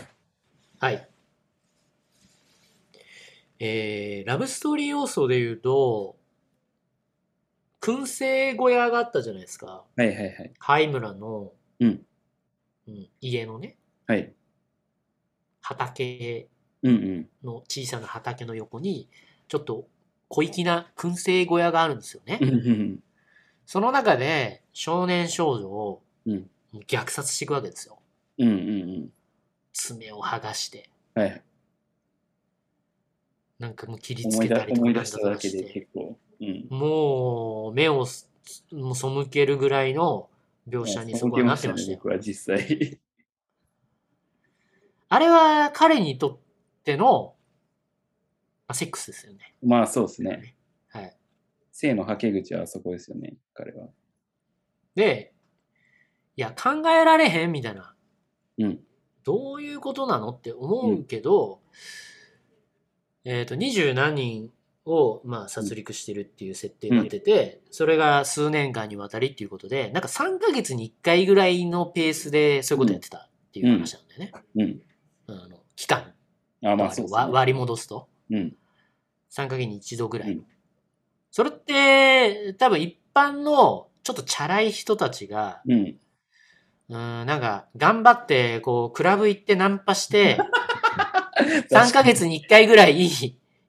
Speaker 2: はい。えー、ラブストーリー要素で言うと、燻製小屋があったじゃないですか。
Speaker 3: はいはいはい。
Speaker 2: 貝村の、
Speaker 3: うん
Speaker 2: うん家のね、
Speaker 3: はい。
Speaker 2: 畑
Speaker 3: うんうん。
Speaker 2: の小さな畑の横に、ちょっと小粋な燻製小屋があるんですよね。
Speaker 3: うんうん
Speaker 2: その中で少年少女を
Speaker 3: うん
Speaker 2: 虐殺していくわけですよ。
Speaker 3: うんうんうん
Speaker 2: 爪を剥がして、
Speaker 3: うん。はい。
Speaker 2: なんかもう切りつ
Speaker 3: 思
Speaker 2: け
Speaker 3: い
Speaker 2: た
Speaker 3: だ
Speaker 2: りとか
Speaker 3: 思い
Speaker 2: なん
Speaker 3: 出
Speaker 2: だ
Speaker 3: し
Speaker 2: と
Speaker 3: ただ
Speaker 2: か
Speaker 3: け
Speaker 2: し
Speaker 3: で
Speaker 2: て、
Speaker 3: 結構。うん。
Speaker 2: もう目をすもう背けるぐらいの描写にそこはなってましたよ。
Speaker 3: 僕は実際。
Speaker 2: あれは彼にとっての、まあ、セックスですよね。
Speaker 3: [laughs] まあそうですね。
Speaker 2: はい。
Speaker 3: 性のはけ口はあそこですよね、彼は。
Speaker 2: で、いや、考えられへんみたいな。
Speaker 3: うん
Speaker 2: どういうことなのって思うけど、えっ、と、二十何人を、まあ、殺戮してるっていう設定になってて、それが数年間にわたりっていうことで、なんか3ヶ月に1回ぐらいのペースでそういうことやってたっていう話なんだよね。
Speaker 3: うん。
Speaker 2: あの、期間
Speaker 3: あ、まあ
Speaker 2: 割
Speaker 3: そうです
Speaker 2: わ割り戻すと
Speaker 3: ね。うん。
Speaker 2: 3ヶ月に1度ぐらい、
Speaker 3: うん
Speaker 2: それって多分一般のちょっとチャラい人たちが
Speaker 3: うん。
Speaker 2: うーんなんか頑張ってこうクラブ行ってナンパして
Speaker 3: [laughs]
Speaker 2: 3ヶ月に1回ぐらい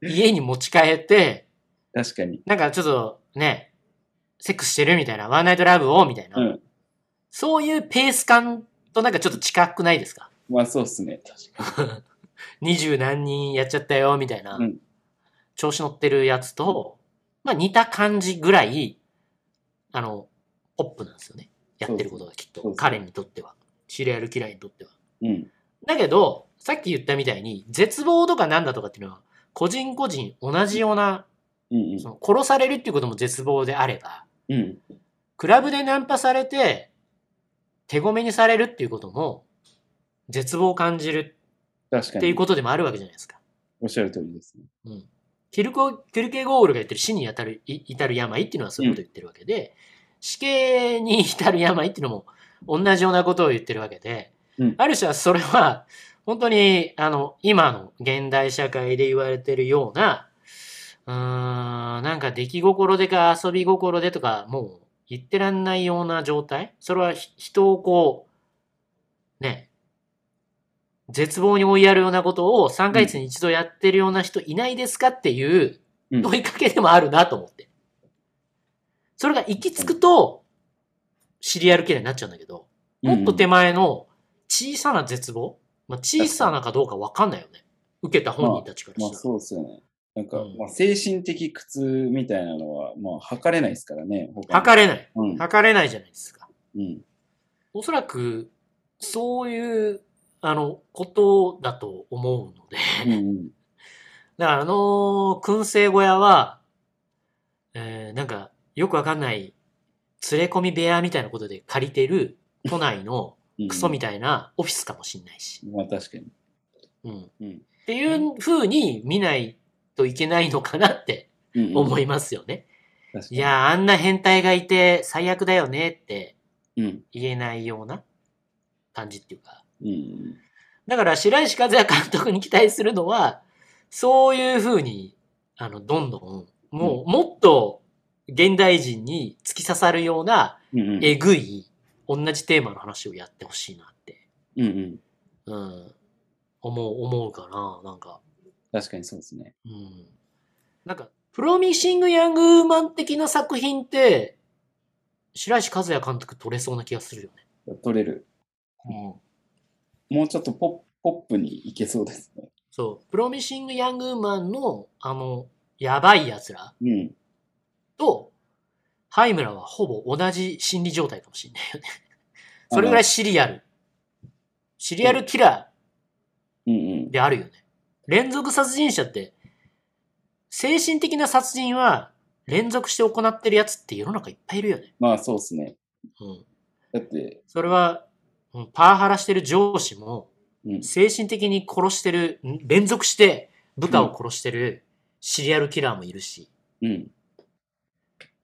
Speaker 2: 家に持ち帰って
Speaker 3: 確かに。
Speaker 2: なんかちょっとねセックスしてるみたいなワンナイトラブをみたいな、
Speaker 3: うん
Speaker 2: そういうペース感となんかちょっと近くないですか
Speaker 3: まあそうですね。確か
Speaker 2: 二十何人やっちゃったよ、みたいな、
Speaker 3: うん
Speaker 2: 調子乗ってるやつと、まあ似た感じぐらい、あの、ポップなんですよね。やってることがきっ
Speaker 3: そ
Speaker 2: と、
Speaker 3: うそう
Speaker 2: 彼にとっては。シリアルキラーにとっては。
Speaker 3: に。うん。
Speaker 2: だけど、さっき言ったみたいに、絶望とかなんだとかっていうのは、個人個人同じような、
Speaker 3: うん
Speaker 2: その殺されるっていうことも絶望であれば、
Speaker 3: うん。うん。
Speaker 2: クラブでナンパされて、手ごめにされるっていうことも、絶望を感じる
Speaker 3: 確か
Speaker 2: ってい
Speaker 3: に
Speaker 2: う。ことでもあるわけじゃないですか。
Speaker 3: おっしゃる通りですね。
Speaker 2: うんキルコキルケゴールが言ってる死に至るい至る病っていうのはそういうことを言ってるわけで、死刑に至る病っていうのも同じようなことを言ってるわけで、
Speaker 3: うん
Speaker 2: ある種はそれは本当にあの今の現代社会で言われてるようなうーんなんか出来心でか遊び心でとかもう言ってらんないような状態それはひ人をこうね絶望に追いやるようなことを3ヶ月に一度やってるような人いないですかっていう
Speaker 3: うん
Speaker 2: 問いかけでもあるなと思って。それが行き着くと、シリアルキラーになっちゃうんだけど、もっと手
Speaker 3: 間。
Speaker 2: 前の小さな絶望、まあ、小さなかどうかわかんないよね。受けた本人たちから
Speaker 3: まあ
Speaker 2: したら。
Speaker 3: そうですよね。なんか、
Speaker 2: うん
Speaker 3: まあ、精神的苦痛みたいなのは、まあ、測れないですからね。
Speaker 2: 測れない。
Speaker 3: れ、うん、
Speaker 2: 測れないじゃないですか。
Speaker 3: うん。
Speaker 2: おそらく、そういう、あの、ことだと思うので、
Speaker 3: うんうん。
Speaker 2: だからあのー燻製小屋は、えーなんか、よくわかんない、連れ込み部屋みたいなことで借りてる、都内の
Speaker 3: うん
Speaker 2: クソみたいなオフィスかもしんないし。
Speaker 3: まあ確かに。
Speaker 2: うん。
Speaker 3: うん
Speaker 2: っていう風に見ないといけないのかなって
Speaker 3: うんうん、
Speaker 2: 思
Speaker 3: い。
Speaker 2: いますよね。
Speaker 3: 確か
Speaker 2: い
Speaker 3: に。
Speaker 2: やー、あんな変態がいて最悪だよねって
Speaker 3: うん。
Speaker 2: 言えないような感じっていうか。
Speaker 3: うんうん。
Speaker 2: だから白石和也監督に期待するのは、そういうふうに、あの、どんどん、もう、もっと現代人に突き刺さるような、
Speaker 3: うんうん。
Speaker 2: えぐい、同じテーマの話をやってほしいなって、
Speaker 3: うんうん。
Speaker 2: うん、思う、思うかな、なんか。
Speaker 3: 確かにそうですね。
Speaker 2: うん。なんか、プロミシング・ヤング・ウーマン的な作品って、白石和也監督撮れそうな気がするよね。
Speaker 3: 取れる。
Speaker 2: うん。
Speaker 3: もうちょっとポッポップにいけそうですね。
Speaker 2: そう、プロミシング・ヤング・ウーマンの、あの、やばい奴ら、
Speaker 3: うん。
Speaker 2: と、ハイムラはほぼ同じ心理状態かもしれない [laughs] よね。それぐらいシリアル。シリアルキラ
Speaker 3: うん
Speaker 2: ーであるよね。連続殺人者って、精神的な殺人は連続して行ってるやつって世の中いっぱいいるよね。
Speaker 3: まあそうですね。
Speaker 2: うん。
Speaker 3: だって、
Speaker 2: それは、うんパワハラしてる上司も、
Speaker 3: うん。
Speaker 2: 精神的に殺してる、ん連続して部下を殺してるシリアルキラーもいるし、
Speaker 3: うん。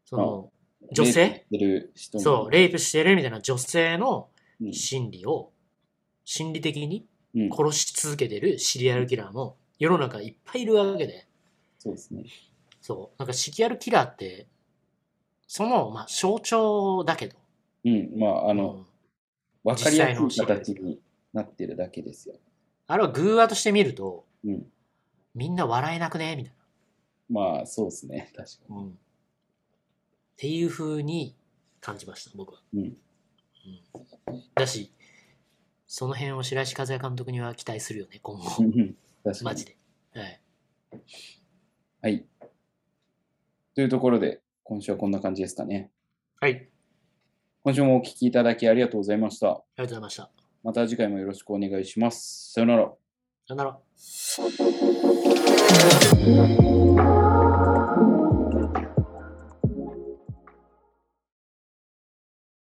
Speaker 2: その、女性
Speaker 3: レイプしてる人も
Speaker 2: そう、レイプしてるみたいな女性の
Speaker 3: うん。
Speaker 2: 心理を心理的に
Speaker 3: うん。
Speaker 2: 殺し続けてるシリアルキラーも世の中いっぱいいるわけで
Speaker 3: そうですね。
Speaker 2: そうなんかシリアルキラーってそのまあ象徴だけど
Speaker 3: うん。まあ、あ
Speaker 2: あ
Speaker 3: の、わかりやすい形になってるだけですよ。
Speaker 2: あれは偶話として見ると
Speaker 3: うん。
Speaker 2: みんな笑えなくねみたい
Speaker 3: まあ、そうですね。確か
Speaker 2: な、うん、っていう風に感じました僕は、
Speaker 3: うん
Speaker 2: うんだしその辺を白石和也監督には期待するよね今後
Speaker 3: に。うん確か
Speaker 2: マ
Speaker 3: に
Speaker 2: ジ。で、はい、
Speaker 3: はい。というところで、今週はこんな感じですかね。
Speaker 2: はい、あり
Speaker 3: 今週もお聞きいただきありがとうございました。
Speaker 2: がとうございましたさ
Speaker 3: また次回もよろしくお願いします。さよなら。
Speaker 2: よなら